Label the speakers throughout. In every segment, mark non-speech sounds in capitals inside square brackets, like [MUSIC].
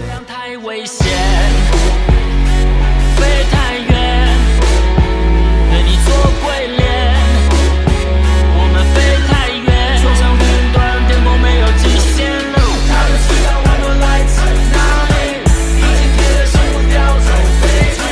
Speaker 1: 这样太危险，飞太远，对你做鬼脸。我们飞太远，冲上云端，天空没有极限。路他们知道我们来自哪里，已经贴着生活叼走飞去。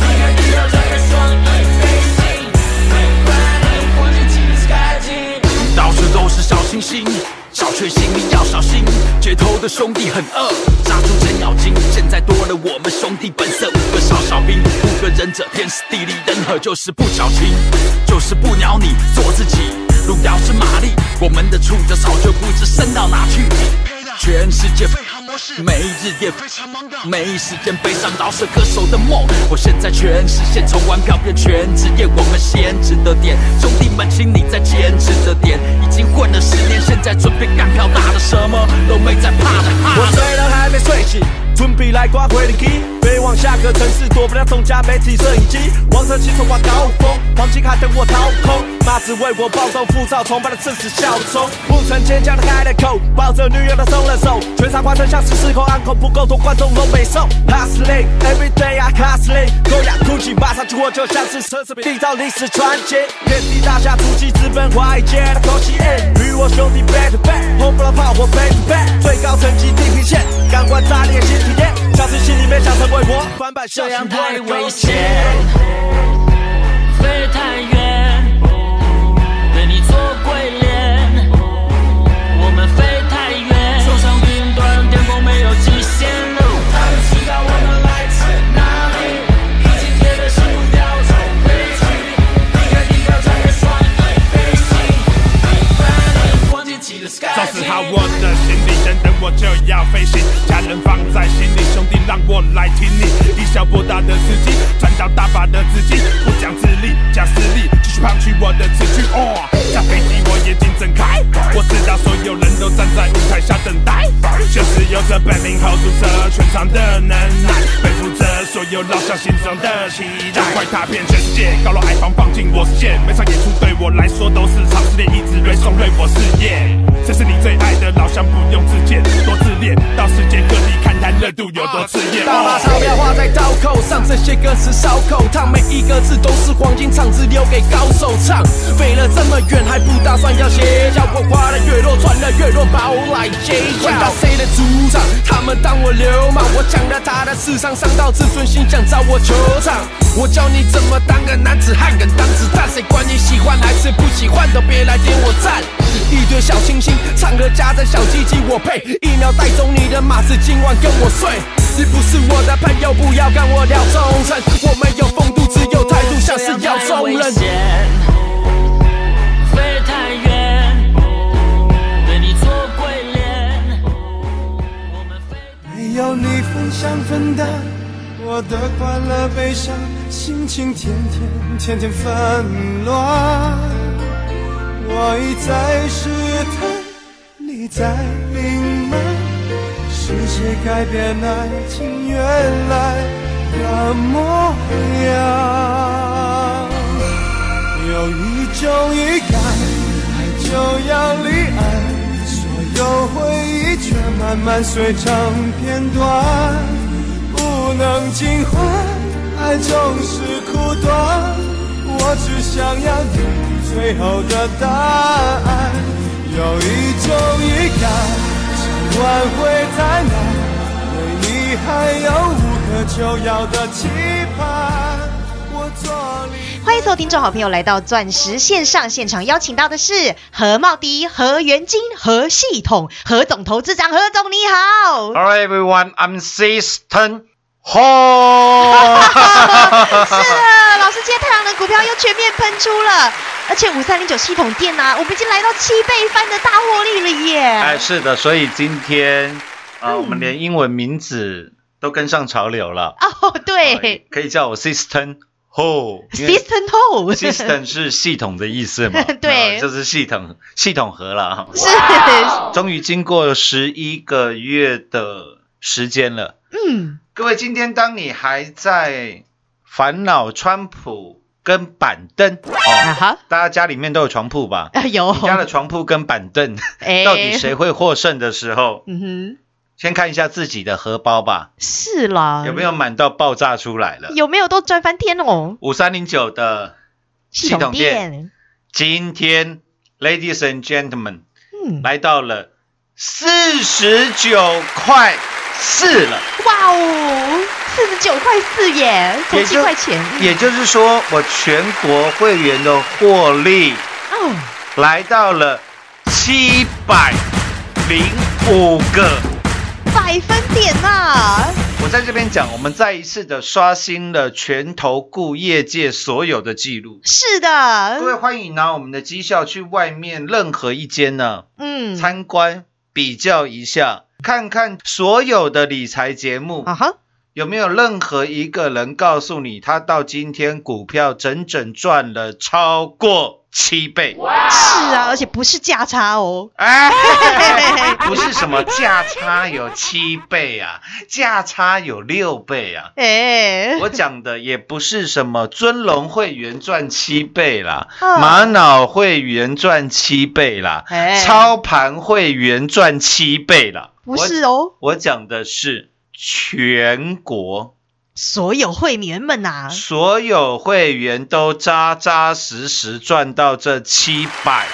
Speaker 1: 你看地球张开双翼飞行，没关系，我们进入 sky 境。
Speaker 2: 到处都是小星星，小确幸你要小心。街头的兄弟很饿，扎住程咬金。现在多了我们兄弟本色，五个少小兵，五个忍者，天时地利人和，就是不矫情，就是不鸟你，做自己。路遥知马力，我们的触角早就不知伸到哪去。全世界
Speaker 3: 飞航模式
Speaker 2: 没日夜
Speaker 3: 非常忙的
Speaker 2: 没时间悲伤饶舌歌手的梦。我现在全实现，从玩票变全职业，我们先值得点。兄弟们，请你再坚持着点，已经混了十年，现在准备干票大的，什么都没在怕的。
Speaker 4: 我
Speaker 2: 哈
Speaker 4: 虽然还没睡醒，准备来刮回灵机。飞往下个城市，躲不了众家媒体摄影机。王者骑乘我高峰，黄金卡等我掏空。妈子为我暴动，浮躁崇拜的正是效忠。不曾尖叫的开了口，抱着女友的松了手。全场观众像是失控，暗口不够多，观众都没送。Hustling every day I hustling，高雅哭泣马上去我就像是奢侈品，缔造历史传奇。遍地大侠足迹直奔华尔街的口气。与我兄弟 back to back，轰不了炮火 back to back，最高层级地平线，感官炸裂新体验，相信心里面想成为我，翻版
Speaker 1: 这
Speaker 4: 这
Speaker 1: 样太危险，飞太远，对你做鬼脸。我们飞太远，冲上云端，天空没有极限。路他们知道我们来自哪里，已经贴着生活叼走飞去。你看地表张开双翼飞行，你翻脸光剑起了 sky。
Speaker 5: 收拾好我的行李，等等我就要飞行，家人放在心里，兄弟让我来挺你。以小博大的司机，传导大把的资金，不讲自立，讲实力，继续抛弃我的词句。哦，下飞机我眼睛睁开，我知道所有人都站在舞台下等待，就是有着本领 hold 住这全场的能耐，背负着所有老乡心中的期待，快踏遍全世界，高楼矮房放进我视线，每场演出对我来说都是场试炼，一直锐送对我事业。这是你最爱的老乡，不用自荐，多自恋，到世界各地看看热度有多炽烈。
Speaker 4: 大把
Speaker 5: 哦
Speaker 4: 钞票花在刀口上，这些歌词烧口烫，每一个字都是黄金，唱只留给高手唱。飞了这么远，还不打算要歇脚？我花的越多，赚的越多，把我来接管到谁的主场？他们当我流氓，我抢了他的市场，伤到自尊心，想找我求偿。我教你怎么当个男子汉，敢当子弹，谁管你喜欢还是不喜欢，都别来点我赞。一堆小清新，唱歌夹着小鸡鸡，我配一秒带走你的马子，今晚跟我睡。你不是我的朋友，不要跟我聊忠诚。我没有风度，只有态度，像是要
Speaker 1: 太
Speaker 4: 中
Speaker 1: 危
Speaker 4: 人
Speaker 1: 险。，飞太远，对你做鬼脸。我们飞
Speaker 6: 没有你分享分担我的快乐悲伤，心情天天天天纷乱。我一再试探，你在隐瞒，是谁改变爱情原来的模样？有一种预感，爱就要离岸，所有回忆却慢慢碎成片段，不能尽欢，爱总是苦短。我只想要你最后的答案。有一种预感，想挽回太难，对你还有无可救药的期盼。我做你。
Speaker 7: 欢迎所有听众好朋友来到钻石线上现场，邀请到的是何茂迪、何元金、何系统、何总投资长，何总你好。
Speaker 8: Hello everyone, I'm System Ho 。
Speaker 7: [LAUGHS] 是啊，老师，今天太阳能股票又全面喷出了，而且五三零九系统店呐、我们已经来到七倍翻的大获利了耶！嗯
Speaker 8: 哎，是的，所以今天啊、呃我们连英文名字都跟上潮流了。
Speaker 7: 哦，
Speaker 8: 呃
Speaker 7: 对
Speaker 8: 可以叫我 System Ho，因为
Speaker 7: ，System Hole？
Speaker 8: System 是系统的意思嘛
Speaker 7: 对
Speaker 8: 那就是系统系统盒了。
Speaker 7: 是，
Speaker 8: 终于经过十一个月的时间了。
Speaker 7: 嗯，
Speaker 8: 各位，今天当你还在烦恼川普跟板凳
Speaker 7: 啊
Speaker 8: 哦，
Speaker 7: 哈，
Speaker 8: 大家家里面都有床铺吧？
Speaker 7: 啊有
Speaker 8: 你，家的床铺跟板凳，
Speaker 7: 哎
Speaker 8: 到底谁会获胜的时候，
Speaker 7: 嗯
Speaker 8: 先看一下自己的荷包吧
Speaker 7: 哼，，是啦，
Speaker 8: 有没有满到爆炸出来了？
Speaker 7: 有没有都赚翻天哦？
Speaker 8: 五三零九的系统店，，今天，ladies and gentlemen，
Speaker 7: 嗯，
Speaker 8: 来到了四十九块四了。
Speaker 7: 哇哦，四十九块四耶，才
Speaker 8: 也
Speaker 7: 七
Speaker 8: 就
Speaker 7: 块钱，
Speaker 8: 也就是说，我全国会员的获利
Speaker 7: 哦，
Speaker 8: 来到了七百零五个。
Speaker 7: 百分点啊呐、
Speaker 8: 我在这边讲，我们再一次的刷新了全投顾业界所有的记录。
Speaker 7: 是
Speaker 8: 各位
Speaker 7: 的，
Speaker 8: 欢迎拿我们的绩效去外面任何一间呢
Speaker 7: 嗯，
Speaker 8: 参观比较一下，看看所有的理财节目
Speaker 7: 啊哈，
Speaker 8: 有没有任何一个人告诉你，他到今天股票整整赚了超过七倍？
Speaker 7: 是啊，而且不是价差哦，
Speaker 8: 哎，不是什么价差有七倍啊，价差有六倍啊。
Speaker 7: 哎、 [LAUGHS]
Speaker 8: 我讲的也不是什么尊龙会员赚七倍啦，
Speaker 7: 嗯
Speaker 8: 玛瑙会员赚七倍啦，
Speaker 7: 哎
Speaker 8: 操盘会员赚七倍啦。
Speaker 7: 不是哦，
Speaker 8: 我，我讲的是全国
Speaker 7: 所有会员们啊呐、
Speaker 8: 所有会员都扎扎实实赚到这七百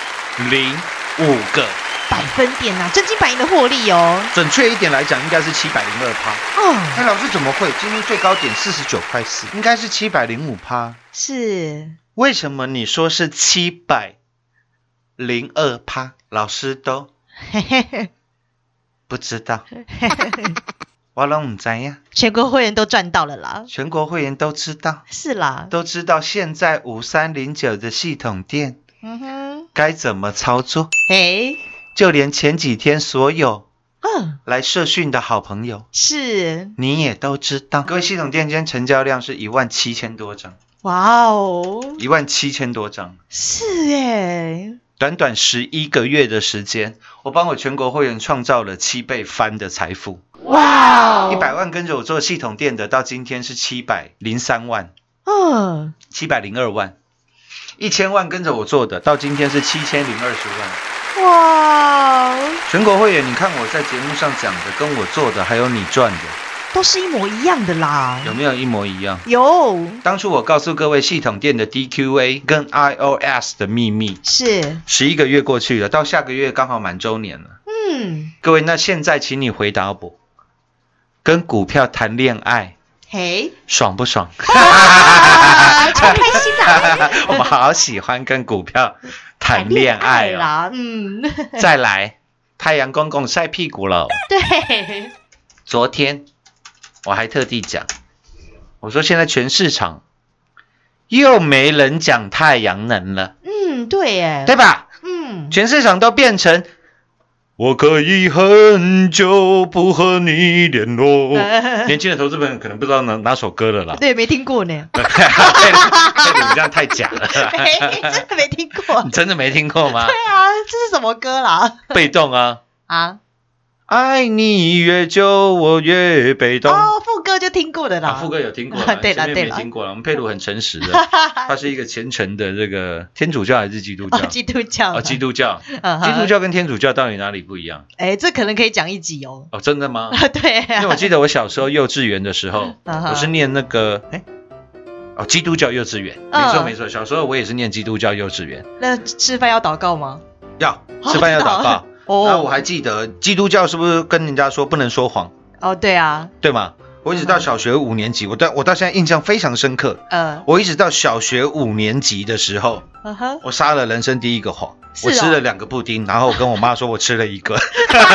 Speaker 8: 零五个，
Speaker 7: 百分点呐、真金白银的获利哦，
Speaker 8: 准确一点来讲，应该是七百零二趴。
Speaker 7: 哦，
Speaker 8: 哎，老师怎么会？今天最高点四十九块四，应该是七百零五趴。
Speaker 7: 是 [LAUGHS]
Speaker 8: 为什么你说是七百零二趴？老师都
Speaker 7: 嘿嘿嘿
Speaker 8: 不知道，我拢唔知呀。
Speaker 7: 全国会员都赚到了啦，
Speaker 8: 全国会员都知道，
Speaker 7: 是啦，
Speaker 8: 都知道现在五三零九的系统店
Speaker 7: 嗯哼，
Speaker 8: 该怎么操作。
Speaker 7: 哎，
Speaker 8: 就连前几天所有
Speaker 7: 嗯，
Speaker 8: 来社训的好朋友，
Speaker 7: 是，
Speaker 8: 你也都知道。各位系统店今天成交量是一万七千多张，
Speaker 7: 哇哦，
Speaker 8: 一万七千多张。
Speaker 7: 是哎，
Speaker 8: 短短十一个月的时间，我帮我全国会员创造了七倍翻的财富。
Speaker 7: 哇哦，
Speaker 8: 一百万跟着我做系统店的，到今天是七百零三万、
Speaker 7: 嗯，
Speaker 8: 七百零二万，一千万跟着我做的，到今天是七千零二十万。
Speaker 7: 哇，
Speaker 8: 全国会员，你看我在节目上讲的，跟我做的，还有你赚的，
Speaker 7: 都是一模一样的啦，
Speaker 8: 有没有一模一样？
Speaker 7: 有
Speaker 8: 当初我告诉各位系统店的 DQA 跟 iOS 的秘密，
Speaker 7: 是，
Speaker 8: 十一个月过去了，到下个月刚好满周年了。
Speaker 7: 嗯，
Speaker 8: 各位，那现在请你回答我，跟股票谈恋爱
Speaker 7: 嘿，
Speaker 8: 爽不 [LAUGHS] 爽？
Speaker 7: 啊，超开心的，
Speaker 8: 我们好喜欢跟股票谈恋爱哦。
Speaker 7: 啦，嗯，
Speaker 8: 再来，太阳公公晒屁股了。哦
Speaker 7: 嗯 [LAUGHS] 对，
Speaker 8: 昨天我还特地讲，我说现在全市场又没人讲太阳能了，
Speaker 7: 嗯，对耶，
Speaker 8: 对吧？
Speaker 7: 嗯，。
Speaker 8: 全市场都变成我可以很久不和你联 [LAUGHS] 络年轻的投资朋友可能不知道哪哪首歌 [LAUGHS] 了啦
Speaker 7: 对，没听过呢，
Speaker 8: 对对你这样太假了，
Speaker 7: 嘿
Speaker 8: [LAUGHS]
Speaker 7: 真 [LAUGHS] 的没听过，
Speaker 8: 你
Speaker 7: 对
Speaker 8: 真的没听过 [LAUGHS] 吗？
Speaker 7: 啊，这是什么歌啦？
Speaker 8: 被动啊，
Speaker 7: 啊，
Speaker 8: 爱你越久我越被动。
Speaker 7: 哦，副歌就听过的啦，
Speaker 8: 啊，副歌啊有听过 [LAUGHS]
Speaker 7: 对啦
Speaker 8: 前面
Speaker 7: 对
Speaker 8: 没
Speaker 7: 啦
Speaker 8: 听过了。我们佩鲁很诚 [LAUGHS] 实的，他是一个虔诚的这个天主教还是基督教
Speaker 7: 哦，？基督教
Speaker 8: 啊，基，督 [LAUGHS] 教，
Speaker 7: 嗯
Speaker 8: 基督，教跟天主教到底哪里不一样？
Speaker 7: 哎，这可能可以讲一集哦， [LAUGHS]
Speaker 8: 哦，真的吗？
Speaker 7: 啊，对啊，
Speaker 8: [LAUGHS] 因为我记得我小时候幼稚园的时
Speaker 7: [LAUGHS]
Speaker 8: 候，
Speaker 7: 嗯哼
Speaker 8: 我是念那个哎。哦，基督教幼稚园，没错
Speaker 7: 嗯
Speaker 8: 没错，小时候我也是念基督教幼稚园，
Speaker 7: [LAUGHS] 那吃饭要祷告吗？
Speaker 8: 要吃饭要祷告。
Speaker 7: [LAUGHS] 哦
Speaker 8: 那我还记得基督教是不是跟人家说不能说谎，
Speaker 7: 哦，对啊，
Speaker 8: 对吗？我一直到小学五年
Speaker 7: 嗯
Speaker 8: 级，我到我到现在印象非常深刻。
Speaker 7: 呃，
Speaker 8: 我一直到小学五年级的时候，
Speaker 7: 嗯哼，
Speaker 8: 我杀了人生第一个谎，
Speaker 7: 是哦
Speaker 8: 我吃了两个布丁，然后我跟我妈说我吃了一
Speaker 7: [LAUGHS]
Speaker 8: 个，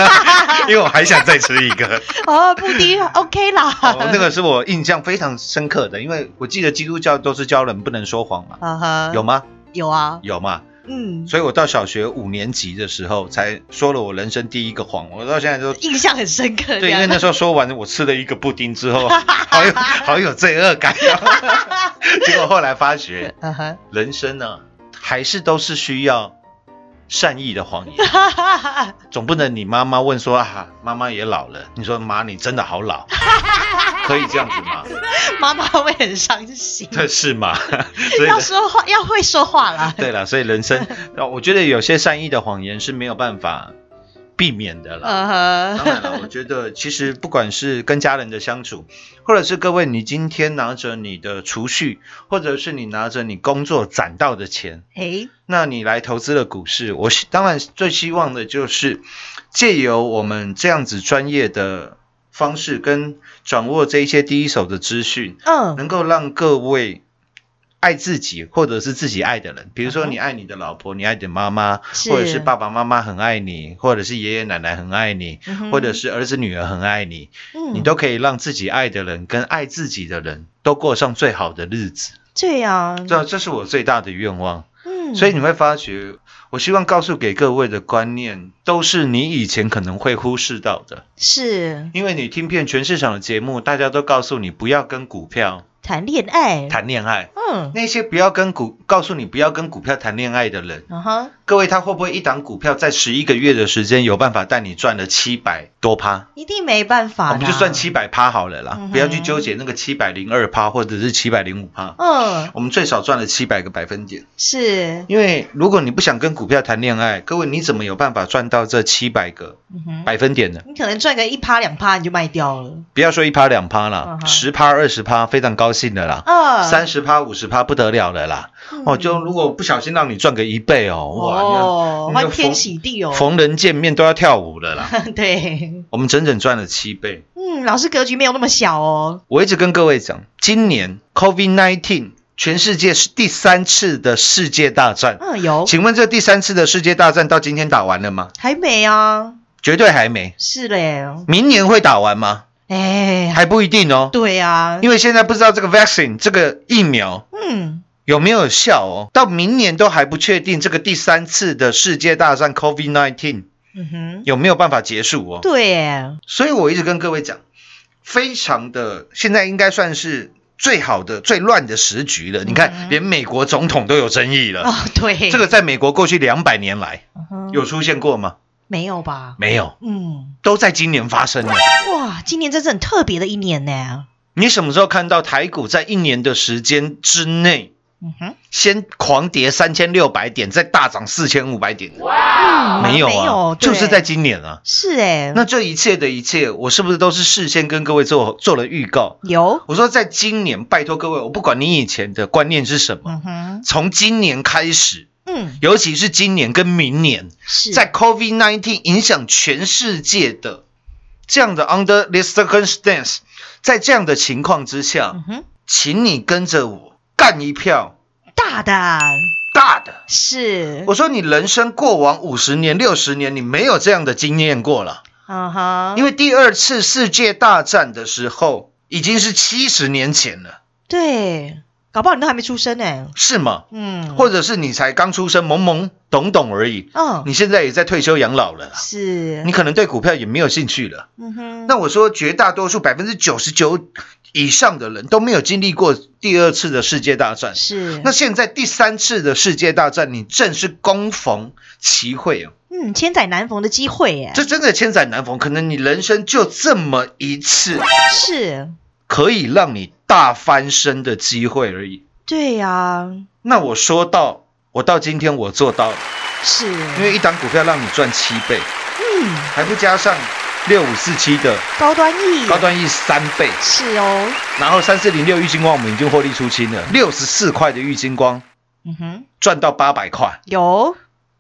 Speaker 8: [LAUGHS] 因为我还想再吃一个。
Speaker 7: 哦，布丁 OK 啦， [LAUGHS]
Speaker 8: 哦，那个是我印象非常深刻的，因为我记得基督教都是教人不能说谎嘛，
Speaker 7: 啊哈，
Speaker 8: 有吗？
Speaker 7: 有啊，
Speaker 8: 有嘛？
Speaker 7: 嗯，
Speaker 8: 所以我到小学五年级的时候才说了我人生第一个谎，我到现在都
Speaker 7: 印象很深刻。这
Speaker 8: 对，因
Speaker 7: 样
Speaker 8: 为那时候说完我吃了一个布丁之后，好
Speaker 7: [LAUGHS]
Speaker 8: 有好有罪恶感、 [LAUGHS] 啊，结果后来发觉
Speaker 7: [LAUGHS] 嗯哼
Speaker 8: 人生呢、还是都是需要善意的谎言，
Speaker 7: 哈哈哈
Speaker 8: 总不能你妈妈问说啊，妈妈也老了，你说妈你真的好老，可以这样子
Speaker 7: [LAUGHS]
Speaker 8: 吗？
Speaker 7: 妈妈会很伤心。
Speaker 8: 这是吗？ [LAUGHS] 所以
Speaker 7: 要说话，要会说话 [LAUGHS] 啦。
Speaker 8: 对了，所以人生，哦我觉得有些善意的谎言是没有办法避免的啦。
Speaker 7: 嗯
Speaker 8: 当然
Speaker 7: 哼，
Speaker 8: 了，我觉得其实不管是跟家人的相处，或者是各位，你今天拿着你的储蓄，或者是你拿着你工作攒到的钱，
Speaker 7: 哎，
Speaker 8: 那你来投资了股市，我希当然最希望的就是借由我们这样子专业的方式，跟掌握这一些第一手的资讯，
Speaker 7: 嗯，
Speaker 8: 能够让各位爱自己或者是自己爱的人，比如说你爱你的老婆，你爱你的妈妈，
Speaker 7: 嗯是
Speaker 8: 或者是爸爸妈妈很爱你，或者是爷爷奶奶很爱你，
Speaker 7: 嗯哼
Speaker 8: 或者是儿子女儿很爱你，
Speaker 7: 嗯
Speaker 8: 你都可以让自己爱的人跟爱自己的人都过上最好的日子。
Speaker 7: 对呀，
Speaker 8: 这这是我最大的愿望。
Speaker 7: 嗯，
Speaker 8: 所以你会发觉，我希望告诉给各位的观念，都是你以前可能会忽视到的，
Speaker 7: 是
Speaker 8: 因为你听遍全市场的节目，大家都告诉你不要跟股票
Speaker 7: 谈恋爱，
Speaker 8: 谈恋爱。
Speaker 7: 嗯，
Speaker 8: 那些不要跟股告诉你不要跟股票谈恋爱的人，
Speaker 7: 嗯哼，
Speaker 8: 各位他会不会一档股票在十一个月的时间有办法带你赚了七百多趴？
Speaker 7: 一定没办法
Speaker 8: 我
Speaker 7: 啦。
Speaker 8: 们就算七百趴好了啦，
Speaker 7: 啊嗯哼
Speaker 8: 不要去纠结那个七百零二趴或者是七百零五趴。
Speaker 7: 嗯，
Speaker 8: 我们最少赚了七百个百分点，
Speaker 7: 是，
Speaker 8: 因为如果你不想跟股票谈恋爱，各位你怎么有办法赚到这七百个
Speaker 7: 嗯哼，
Speaker 8: 百分点呢？
Speaker 7: 你可能赚个一趴两趴你就卖掉了。
Speaker 8: 不要说一趴两趴啦
Speaker 7: 嗯，哼
Speaker 8: 十趴二十趴非常高兴的啦，
Speaker 7: 嗯，
Speaker 8: 三十趴五十趴不得了了啦。哦，就如果不小心让你赚个一倍哦，哇，你看
Speaker 7: 哦，
Speaker 8: 那个
Speaker 7: 欢天
Speaker 8: 逢
Speaker 7: 喜地哦。
Speaker 8: 逢人见面都要跳舞了
Speaker 7: [LAUGHS]
Speaker 8: 啦。
Speaker 7: 对，
Speaker 8: 我们整整赚了七倍。
Speaker 7: 嗯，老师格局没有那么小哦。
Speaker 8: 我一直跟各位讲，今年 COVID-19 全世界是第三次的世界大战。
Speaker 7: 嗯，有，
Speaker 8: 请问这第三次的世界大战到今天打完了吗？
Speaker 7: 还没啊，
Speaker 8: 绝对还没。
Speaker 7: 是嘞，
Speaker 8: 明年会打完吗？
Speaker 7: 哎，
Speaker 8: 还不一定哦，
Speaker 7: 对啊，
Speaker 8: 因为现在不知道这个 vaccine 这个疫苗
Speaker 7: 嗯，
Speaker 8: 有没有效哦，到明年都还不确定这个第三次的世界大战 COVID-19
Speaker 7: 嗯哼，
Speaker 8: 有没有办法结束哦。
Speaker 7: 对耶，
Speaker 8: 所以我一直跟各位讲，非常的现在应该算是最好的、最乱的时局
Speaker 7: 嗯
Speaker 8: 了。你看，连美国总统都有争议了。
Speaker 7: 啊，对，
Speaker 8: 这个在美国过去两百年来
Speaker 7: 嗯哼
Speaker 8: 有出现过吗？
Speaker 7: 没有吧？
Speaker 8: 没有，
Speaker 7: 嗯，
Speaker 8: 都在今年发生了。
Speaker 7: 哇，今年真是很特别的一年呢。
Speaker 8: 你什么时候看到台股在一年的时间之内
Speaker 7: 嗯哼，
Speaker 8: 先狂跌三千六百点，再大涨四千五百点？
Speaker 7: 嗯
Speaker 8: 没有
Speaker 7: 没
Speaker 8: 啊
Speaker 7: 有，，对
Speaker 8: 就是在今年啊。
Speaker 7: 是哎，
Speaker 8: 那这一切的一切，我是不是都是事先跟各位做做了预告？
Speaker 7: 有，
Speaker 8: 我说，在今年，拜托各位，我不管你以前的观念是什么，
Speaker 7: 嗯哼，
Speaker 8: 从今年开始，
Speaker 7: 嗯，
Speaker 8: 尤其是今年跟明年，
Speaker 7: 是
Speaker 8: 在 COVID-19 影响全世界的这样的 under this circumstance，在这样的情况之
Speaker 7: 嗯
Speaker 8: 下，
Speaker 7: 哼，
Speaker 8: 请你跟着我干一票
Speaker 7: 大胆
Speaker 8: 大的。
Speaker 7: 是，
Speaker 8: 我说，你人生过往五十年、六十年，你没有这样的经验过了，
Speaker 7: 嗯哼，
Speaker 8: 因
Speaker 7: 为
Speaker 8: 为第二次世界大战的时候已经是七十年前了，
Speaker 7: 对，搞不好你都还没出生呢。
Speaker 8: 是吗？
Speaker 7: 嗯，
Speaker 8: 或者是你才刚出生，懵懵懂懂而已。
Speaker 7: 嗯，
Speaker 8: 你现在也在退休养老了啦，
Speaker 7: 是，
Speaker 8: 你可能对股票也没有兴趣了。
Speaker 7: 嗯哼，
Speaker 8: 那我说，绝大多数百分之九十九以上的人都没有经历过第二次的世界大战。
Speaker 7: 是，
Speaker 8: 那现在第三次的世界大战，你正是攻逢其会哦，
Speaker 7: 嗯，千载难逢的机会耶，
Speaker 8: 这真的千载难逢。可能你人生就这么一次，
Speaker 7: 是，
Speaker 8: 可以让你大翻身的机会而已。
Speaker 7: 对呀、
Speaker 8: 那我说到，我到今天我做到了，
Speaker 7: 是，
Speaker 8: 因为一档股票让你赚七倍。
Speaker 7: 嗯，
Speaker 8: 还不加上六五四七的
Speaker 7: 高端意，
Speaker 8: 高端 E 三倍，
Speaker 7: 是哦，
Speaker 8: 然后三四零六玉金光我们已经获利出清了，六十四块的玉金光
Speaker 7: 嗯哼，
Speaker 8: 赚到八百块，
Speaker 7: 有，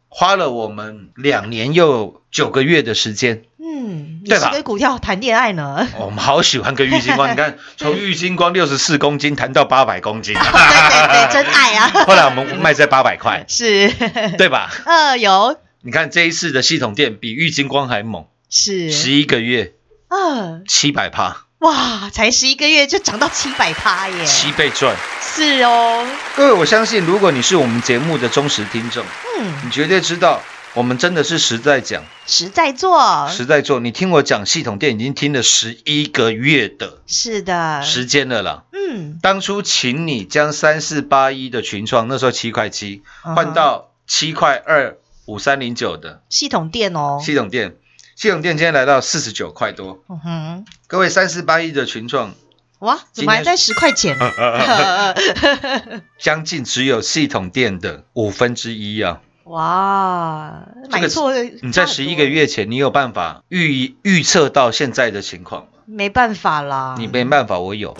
Speaker 8: 花了我们两年又九个月的时间。
Speaker 7: 嗯，也
Speaker 8: 对
Speaker 7: 是
Speaker 8: 吧
Speaker 7: 跟股票谈恋
Speaker 8: [LAUGHS]
Speaker 7: 爱呢，
Speaker 8: 哦我们好喜欢跟玉金光，你看从玉金光六十四公斤谈到八百公斤，
Speaker 7: 对对对，真爱啊， [LAUGHS]
Speaker 8: 后来我们卖在八百块，
Speaker 7: 是， [LAUGHS]
Speaker 8: 对吧？
Speaker 7: 呃，有，
Speaker 8: 你看这一次的系统店比玉金光还猛，
Speaker 7: 是，
Speaker 8: 十一个月
Speaker 7: 嗯、
Speaker 8: 七百趴，
Speaker 7: 哇，才十一个月就涨到七百趴耶！
Speaker 8: 七倍赚。
Speaker 7: 是哦，
Speaker 8: 各位，我相信如果你是我们节目的忠实听众，
Speaker 7: 嗯，
Speaker 8: 你绝对知道我们真的是实在讲、
Speaker 7: 实在做，
Speaker 8: 实在做。你听我讲系统店已经听了十一个月的
Speaker 7: 是的，
Speaker 8: 时间了啦。
Speaker 7: 嗯，
Speaker 8: 当初请你将三四八一的群创，那时候七块七，
Speaker 7: 嗯哼
Speaker 8: 换到七块二五三零九的
Speaker 7: 系统店哦，
Speaker 8: 系统店，系统店今天来到四十九块多。
Speaker 7: 嗯哼，
Speaker 8: 各位，三四八一的群创
Speaker 7: 哇，
Speaker 8: 今
Speaker 7: 怎么
Speaker 8: 天
Speaker 7: 还在十
Speaker 8: [LAUGHS]
Speaker 7: 块钱？ [LAUGHS]
Speaker 8: 将近只有系统店的五分之一啊！
Speaker 7: 哇，买错了，
Speaker 8: 你在
Speaker 7: 差很
Speaker 8: 十
Speaker 7: 多
Speaker 8: 一个月前，你有办法预预测到现在的情况吗？
Speaker 7: 没办法啦，
Speaker 8: 你没办法，我有，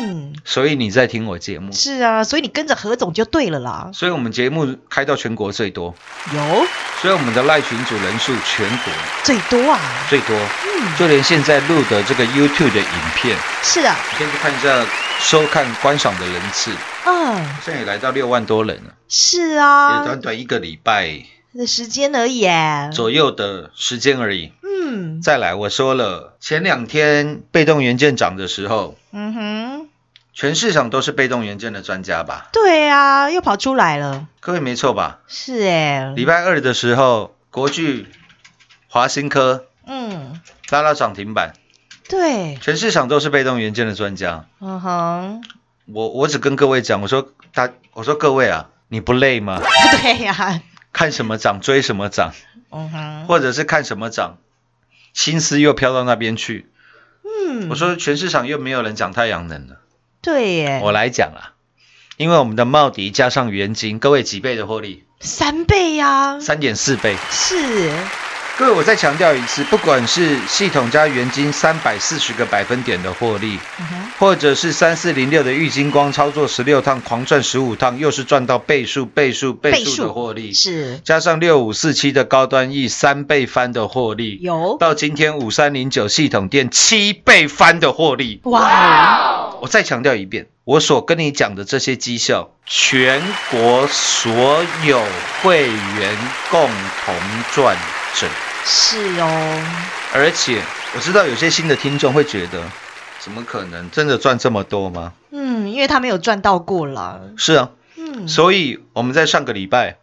Speaker 7: 嗯，
Speaker 8: 所以你在听我节目，
Speaker 7: 是啊，所以你跟着何总就对了啦，
Speaker 8: 所以我们节目开到全国最多，
Speaker 7: 有
Speaker 8: 所以我们的赖群主人数全国
Speaker 7: 最多啊，
Speaker 8: 最多。
Speaker 7: 嗯，
Speaker 8: 就连现在录的这个 YouTube 的影片，
Speaker 7: 是啊，
Speaker 8: 先去看一下收看观赏的人次，
Speaker 7: 嗯，
Speaker 8: 现在也来到六万多人了，
Speaker 7: 是
Speaker 8: 也短
Speaker 7: 啊，
Speaker 8: 短一个礼拜
Speaker 7: 的时间而已耶，
Speaker 8: 左右的时间而已。
Speaker 7: 嗯
Speaker 8: 再来，我说了，前两天被动元件涨的时候，
Speaker 7: 嗯哼，
Speaker 8: 全市场都是被动元件的专家吧？
Speaker 7: 对啊，又跑出来了，
Speaker 8: 各位没错吧？
Speaker 7: 是哎，
Speaker 8: 礼拜二的时候，国巨、华新科
Speaker 7: 嗯，
Speaker 8: 拉到涨停板，
Speaker 7: 对，
Speaker 8: 全市场都是被动元件的专家。
Speaker 7: 嗯哼， [LAUGHS]
Speaker 8: 我我只跟各位讲，我说大，我说各位啊，你不累吗？
Speaker 7: 对呀、
Speaker 8: 看什么涨追什么涨，
Speaker 7: 嗯哼，
Speaker 8: 或者是看什么涨，心思又飘到那边去。
Speaker 7: 嗯，
Speaker 8: 我说全市场又没有人讲太阳能了，
Speaker 7: 对耶，
Speaker 8: 我来讲啦，因为我们的茂迪加上元金，各位几倍的获利，
Speaker 7: 三倍呀、
Speaker 8: 三点四倍。
Speaker 7: 是，嗯
Speaker 8: 各位，我再强调一次，不管是系统加元金三百四十个百分点的获利，
Speaker 7: 嗯哼，
Speaker 8: 或者是三四零六的玉金光操作十六趟狂赚十五趟，又是赚到倍数倍数倍
Speaker 7: 倍
Speaker 8: 数
Speaker 7: 数
Speaker 8: 的获利，
Speaker 7: 是
Speaker 8: 加上六五四七的高端 E 三倍翻的获利，
Speaker 7: 有，
Speaker 8: 到今天五三零九系统店七倍翻的获利。
Speaker 7: 哇，哦
Speaker 8: 我再强调一遍，我所跟你讲的这些绩效，全国所有会员共同赚整。
Speaker 7: 是哦，
Speaker 8: 而且我知道有些新的听众会觉得，怎么可能真的赚这么多吗？
Speaker 7: 嗯，因为他没有赚到过啦，
Speaker 8: 是啊，
Speaker 7: 嗯，
Speaker 8: 所以我们在上个礼拜，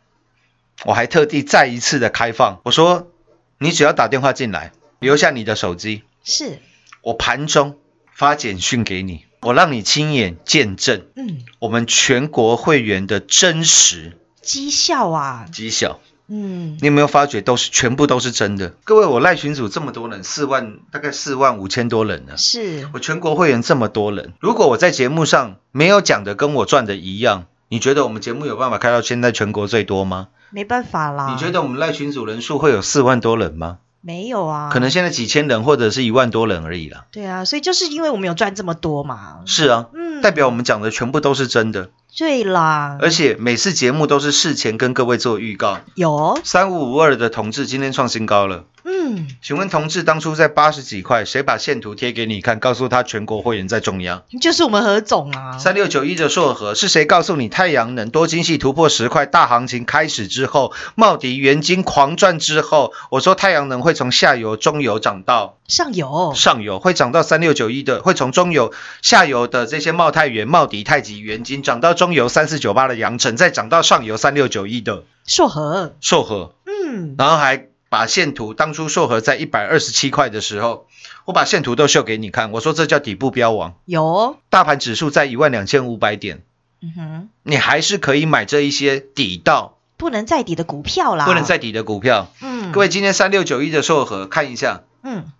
Speaker 8: 我还特地再一次的开放，我说你只要打电话进来，留下你的手机，
Speaker 7: 是，
Speaker 8: 我盘中发简讯给你，我让你亲眼见证
Speaker 7: 嗯，
Speaker 8: 我们全国会员的真实
Speaker 7: 绩效啊，
Speaker 8: 绩效。
Speaker 7: 嗯，
Speaker 8: 你有没有发觉都是全部都是真的？各位，我赖群组这么多人，四万大概四万五千多人呢、
Speaker 7: 是
Speaker 8: 我全国会员这么多人，如果我在节目上没有讲的跟我赚的一样，你觉得我们节目有办法开到现在全国最多吗？
Speaker 7: 没办法啦，
Speaker 8: 你觉得我们赖群组人数会有四万多人吗？
Speaker 7: 没有啊？
Speaker 8: 可能现在几千人或者是一万多人而已啦。
Speaker 7: 对啊，所以就是因为我们有赚这么多嘛，
Speaker 8: 是啊，
Speaker 7: 嗯，
Speaker 8: 代表我们讲的全部都是真的，
Speaker 7: 对啦，
Speaker 8: 而且每次节目都是事前跟各位做预告。
Speaker 7: 有，
Speaker 8: 三五五二的同志今天创新高了，
Speaker 7: 嗯，
Speaker 8: 请问同志当初在八十几块，谁把线图贴给你看，告诉他全国会员在中央？
Speaker 7: 就是我们何总啊，
Speaker 8: 三六九一的硕和是谁告诉你太阳能多晶系突破十块大行情开始之后，茂迪元金狂赚之后，我说太阳能会从下游、中游涨到
Speaker 7: 上游，
Speaker 8: 上游，会涨到三六九一的，会从中游、下游的这些茂泰元、茂迪、太极、元金涨到中游三四九八的阳城，再涨到上游三六九一的
Speaker 7: 硕和，
Speaker 8: 硕和，
Speaker 7: 嗯，
Speaker 8: 然后还把线图，当初硕和在一百二十七块的时候，我把线图都秀给你看，我说这叫底部标王，
Speaker 7: 有，
Speaker 8: 大盘指数在一万两千五百点。
Speaker 7: 嗯哼，
Speaker 8: 你还是可以买这一些底到
Speaker 7: 不能再抵的股票啦，
Speaker 8: 不能再，底的股票。
Speaker 7: 啊嗯，
Speaker 8: 各位，，今天三六九一的硕和看一下
Speaker 7: 嗯，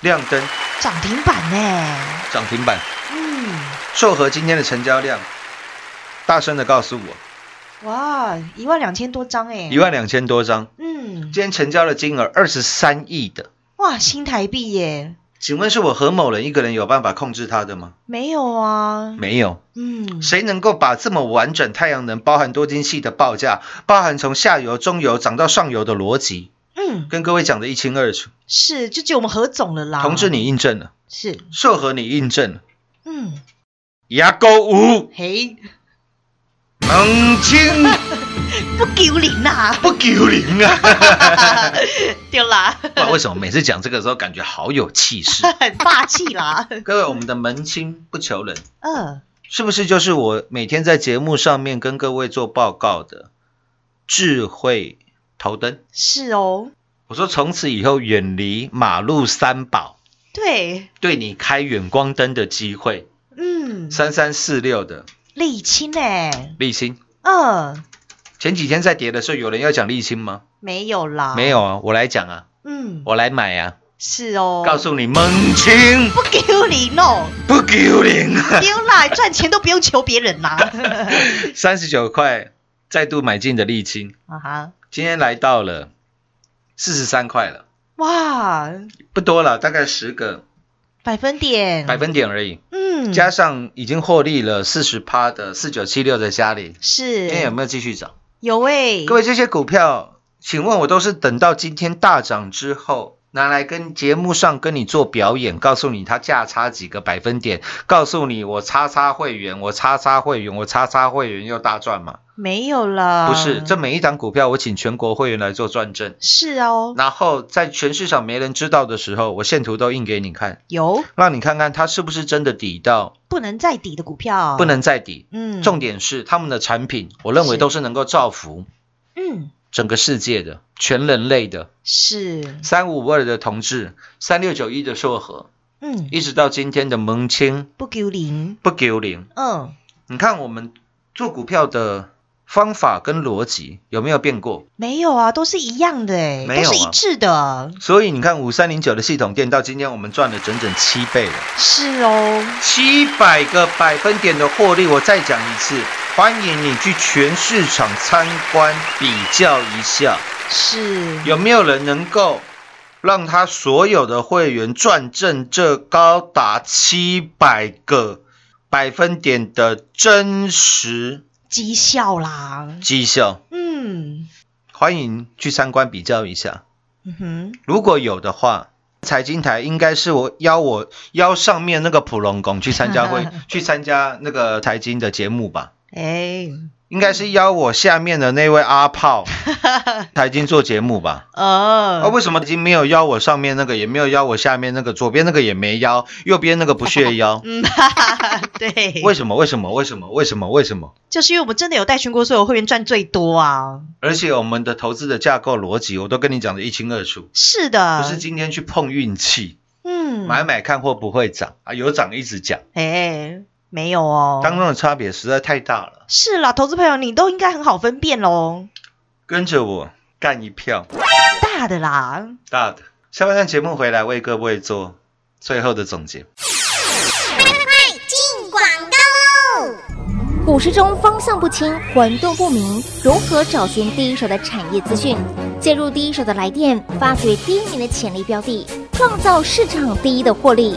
Speaker 8: 亮灯
Speaker 7: 涨停板呢，
Speaker 8: 涨停板，
Speaker 7: 嗯。
Speaker 8: 硕和今天的成交量，大声的告诉我
Speaker 7: 哇，一万两千多张哎、
Speaker 8: 一，万两千多张，
Speaker 7: 嗯
Speaker 8: 今，天成交的金额二十三亿的，
Speaker 7: 哇，新台币耶，
Speaker 8: 请问是我何某人一个人有办法控制它的吗？
Speaker 7: 没有啊，
Speaker 8: 没有，
Speaker 7: 嗯，
Speaker 8: 谁能够把这么完整太阳能包含多晶系的报价，包含从下游、中游涨到上游的逻辑，
Speaker 7: 嗯，
Speaker 8: 跟各位讲的一清二楚。
Speaker 7: 是，就只有我们何总了啦，
Speaker 8: 同志，你印证了，
Speaker 7: 是，
Speaker 8: 硕和你印证了，
Speaker 7: 嗯，
Speaker 8: 牙膏无。
Speaker 7: 嘿，
Speaker 8: 能清
Speaker 7: 不丢脸呐！ [LAUGHS]
Speaker 8: 不丢零啊！
Speaker 7: 对啦，
Speaker 8: 不知道为什么每次讲这个的时候感觉好有气势？
Speaker 7: 很霸气啦。 [LAUGHS]
Speaker 8: 各位，我们的门清不求人，
Speaker 7: 嗯，
Speaker 8: 是不是就是我每天在节目上面跟各位做报告的智慧头灯？
Speaker 7: 是哦，
Speaker 8: 我说从此以后远离马路三宝，
Speaker 7: 对，
Speaker 8: 对你开远光灯的机会。
Speaker 7: 嗯，
Speaker 8: 三三四六的
Speaker 7: 沥青哎，
Speaker 8: 沥青，
Speaker 7: 嗯，
Speaker 8: 前几天在跌的时候，有人要讲沥青吗？
Speaker 7: 没有啦，
Speaker 8: 没，有啊，我来讲啊，
Speaker 7: 嗯，
Speaker 8: 我来买啊，
Speaker 7: 是哦，
Speaker 8: 告诉你，猛清
Speaker 7: 不丢脸哦， [LAUGHS]
Speaker 8: 不丢脸啊，
Speaker 7: 丢啦，赚钱都不用求别人啦。 [LAUGHS]
Speaker 8: 三十九块再度买进的沥青，
Speaker 7: 啊哈，
Speaker 8: 今天来到了四十三块了，
Speaker 7: 哇，
Speaker 8: 不多了，大概十个
Speaker 7: 百分点，
Speaker 8: 百分点而已，
Speaker 7: 嗯，
Speaker 8: 加上已经获利了四十趴的四九七六的嘉里，
Speaker 7: 是
Speaker 8: 今天有没有继续涨？
Speaker 7: 有哎，
Speaker 8: 各位这些股票，请问我都是等到今天大涨之后，拿来跟节目上跟你做表演，告诉你它价差几个百分点，告诉你我叉叉会员，我叉叉会员，我叉叉会员又大赚嘛？
Speaker 7: 没有啦，
Speaker 8: 不是，这每一档股票我请全国会员来做转正，
Speaker 7: 是哦，
Speaker 8: 然后在全市场没人知道的时候，我线图都印给你看，
Speaker 7: 有
Speaker 8: 让你看看它是不是真的底到
Speaker 7: 不能再抵的股票，
Speaker 8: 不，能再底。
Speaker 7: 嗯，
Speaker 8: 重点是他们的产品，我认为
Speaker 7: 是
Speaker 8: 都是能够造福
Speaker 7: 嗯，
Speaker 8: 整个世界的、全人类的。
Speaker 7: 是，
Speaker 8: 三五五二的同志，三六九一的硕和，
Speaker 7: 嗯，
Speaker 8: 一直到今天的蒙清
Speaker 7: 不丢脸，
Speaker 8: 不丢零。
Speaker 7: 嗯，
Speaker 8: 你看我们做股票的方法跟逻辑有没有变过？
Speaker 7: 没有啊，都是一样的哎，
Speaker 8: 没有啊
Speaker 7: 都是一致的，
Speaker 8: 所以你看五三零九的系统店到今天我们赚了整整七倍了，
Speaker 7: 是哦，
Speaker 8: 七百个百分点的获利。我再讲一次，欢迎你去全市场参观比较一下，
Speaker 7: 是，
Speaker 8: 有没有人能够让他所有的会员转正这高达七百个百分点的真实
Speaker 7: 绩效啦，
Speaker 8: 绩效？
Speaker 7: 嗯，
Speaker 8: 欢迎去参观比较一下，
Speaker 7: 嗯哼，
Speaker 8: 如果有的话。财经台应该是我邀我邀上面那个普龙公去参加会去参加那个财经的节目吧，
Speaker 7: 哎，
Speaker 8: 应该是邀我下面的那位阿炮财经做节目吧。啊，
Speaker 7: 呃，？
Speaker 8: 为什么已经没有邀我上面那个，也没有邀我下面那个，左边那个也没邀，右边那个不屑邀
Speaker 7: [LAUGHS] 嗯，哈哈哈，对，
Speaker 8: 为什么？为什么？为什么？为什么？为什么？
Speaker 7: 就是因为我们真的有带全国所有会员赚最多啊，
Speaker 8: 而且我们的投资的架构逻辑，我都跟你讲的一清二楚，
Speaker 7: 是的，
Speaker 8: 不是今天去碰运气，
Speaker 7: 啊嗯，
Speaker 8: 买买看会不会涨啊？有涨一直讲，
Speaker 7: 哎，没有哦，
Speaker 8: 当中的差别实在太大了。
Speaker 7: 是啦，投资朋友你都应该很好分辨喽，
Speaker 8: 跟着我干一票
Speaker 7: 大的啦，
Speaker 8: 大的，下半段节目回来为各位做最后的总结。 [LAUGHS]
Speaker 9: 进广告喽！股市中方向不清、混沌不明，如何找寻第一手的产业资讯？介入第一手的来电，发掘第一名的潜力标的，创造市场第一的获利。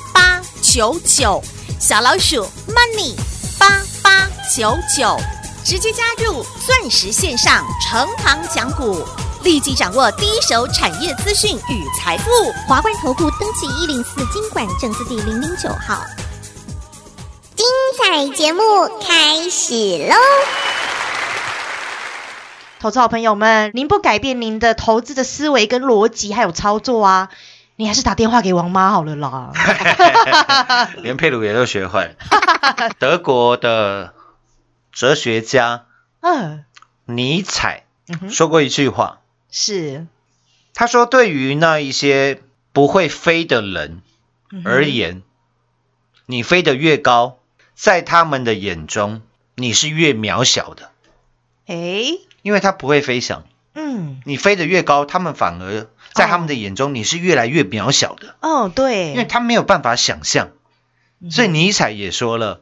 Speaker 9: 八九九，小老鼠 Money 八八九九，直接加入钻石线上成行讲股，立即掌握第一手产业资讯与财富。华冠投顾登记一零四经管证字第零零九号。彩节目开始喽！
Speaker 7: 投资好朋友们，您不改变您的投资的思维跟逻辑还有操作啊，你还是打电话给王妈好
Speaker 8: [LAUGHS]
Speaker 7: 了啦。
Speaker 8: 连佩鲁也都学会了。德国的哲学家
Speaker 7: 嗯，
Speaker 8: 尼采
Speaker 7: 嗯哼，
Speaker 8: 说过一句话，
Speaker 7: 是
Speaker 8: 他说：“对于那一些不会飞的人
Speaker 7: 嗯哼
Speaker 8: 而言，你飞得越高，在他们的眼中你是越渺小的，
Speaker 7: 哎，
Speaker 8: 因为他不会飞翔。
Speaker 7: 嗯，
Speaker 8: 你飞得越高，他们反而在他们的眼中你是越来越渺小的，
Speaker 7: 哦，嗯
Speaker 8: 因为
Speaker 7: 对，
Speaker 8: 他没有办法想象。所以尼采也说了，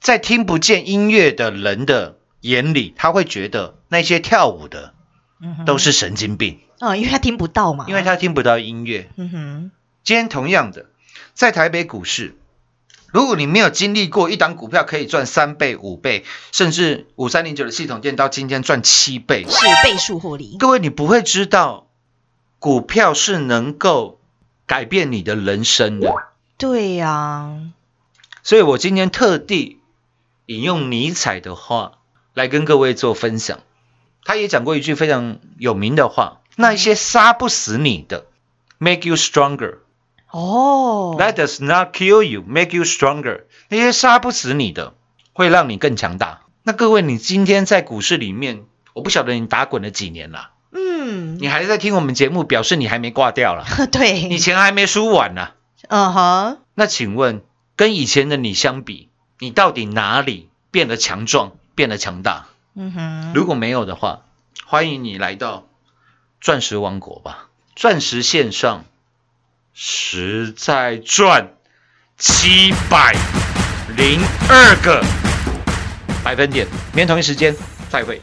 Speaker 8: 在听不见音乐的人的眼里，他会觉得那些跳舞的
Speaker 7: 嗯哼
Speaker 8: 都是神经病，
Speaker 7: 哦，因为他听不到嘛，
Speaker 8: 因为他听不到音乐。
Speaker 7: 嗯哼，
Speaker 8: 今天同样的，在台北股市，如果你没有经历过一档股票可以赚三倍、五倍，甚至五三零九的系统店到今天赚七倍，
Speaker 7: 是倍数获利，
Speaker 8: 各位你不会知道，股票是能够改变你的人生的。
Speaker 7: 对呀、
Speaker 8: 所以我今天特地引用尼采的话来跟各位做分享。他也讲过一句非常有名的话：那一些杀不死你的，make you stronger。
Speaker 7: 哦，
Speaker 8: That does not kill you, make you stronger。那些杀不死你的，会让你更强大。那各位，你今天在股市里面，我不晓得你打滚了几年啦，
Speaker 7: 嗯，
Speaker 8: 你还在听我们节目，表示你还没挂掉啦，
Speaker 7: [LAUGHS] 对，
Speaker 8: 你钱还没输完啦。
Speaker 7: 嗯哼，
Speaker 8: 那请问，跟以前的你相比，你到底哪里变得强壮，变得强大？
Speaker 7: 嗯哼，
Speaker 8: 如果没有的话，欢迎你来到钻石王国吧。钻石线上实在赚七百零二个百分点。明天同一时间再会。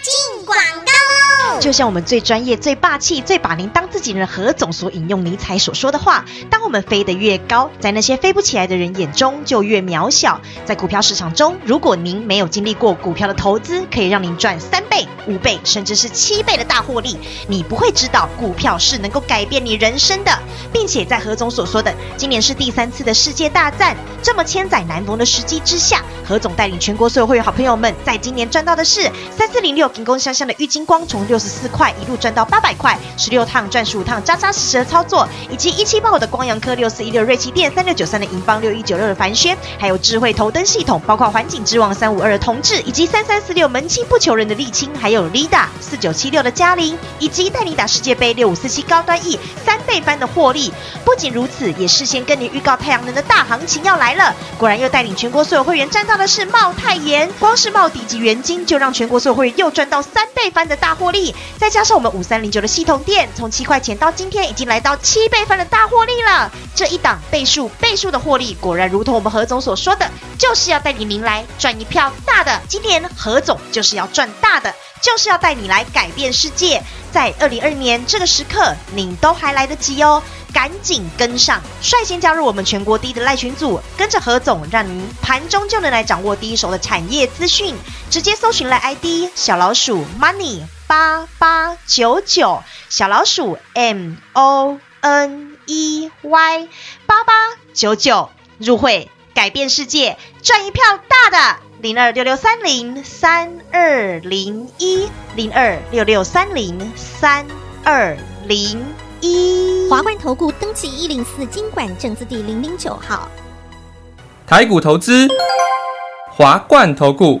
Speaker 9: 进广告喽！
Speaker 7: 就像我们最专业、最霸气、最把您当自己人的何总所引用尼采所说的话：，当我们飞得越高，在那些飞不起来的人眼中就越渺小。在股票市场中，如果您没有经历过股票的投资，可以让您赚三倍、五倍，甚至是七倍的大获利，你不会知道股票是能够改变你人生的，并且在何总所说的，今年是第三次的世界大战，这么千载难逢的时机之下，何总带领全国所有会员好朋友们，在今年赚到的是三四零六金工香香的郁金光，从六十四块一路赚到八百块，十六趟赚十五趟，扎扎实实的操作，以及一七八五的光阳科、六四一六瑞奇电、三六九三的银邦、六一九六的凡轩，还有智慧头灯系统，包括环境之王三五二的同志，以及三三四六门清不求人的沥青，还有 Lida 四九七六的嘉玲，以及带你打世界杯六五四七高端 E 三倍翻的获利。不仅如此，也事先跟你预告太阳能的大行情要来了。果然又带领全国所有会员赚到的是茂泰妍，光是茂底及元金就让全国所有会员又赚到三倍翻的大获利。再加上我们五三零九的系统店，从七块钱到今天已经来到七倍翻的大获利了。这一档倍数倍数的获利，果然如同我们何总所说的，就是要带领您来赚一票大的。今年何总就是要赚大的。就是要带你来改变世界。在二零二年这个时刻，您都还来得及哦，赶紧跟上，率先加入我们全国第一的赖群组，跟着何总，让您盘中就能来掌握第一手的产业资讯。直接搜寻赖 ID 小老鼠 money 八八九九，小老鼠 m o n e y 八八九九入会。改变世界，赚一票大的。零二六六三零三二零一，零二六六三零三二零一。
Speaker 9: 华冠投顾登记一零四经管证字第零零九号。
Speaker 3: 台股投资，华冠投顾，